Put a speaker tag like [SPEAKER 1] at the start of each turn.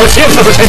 [SPEAKER 1] los 80.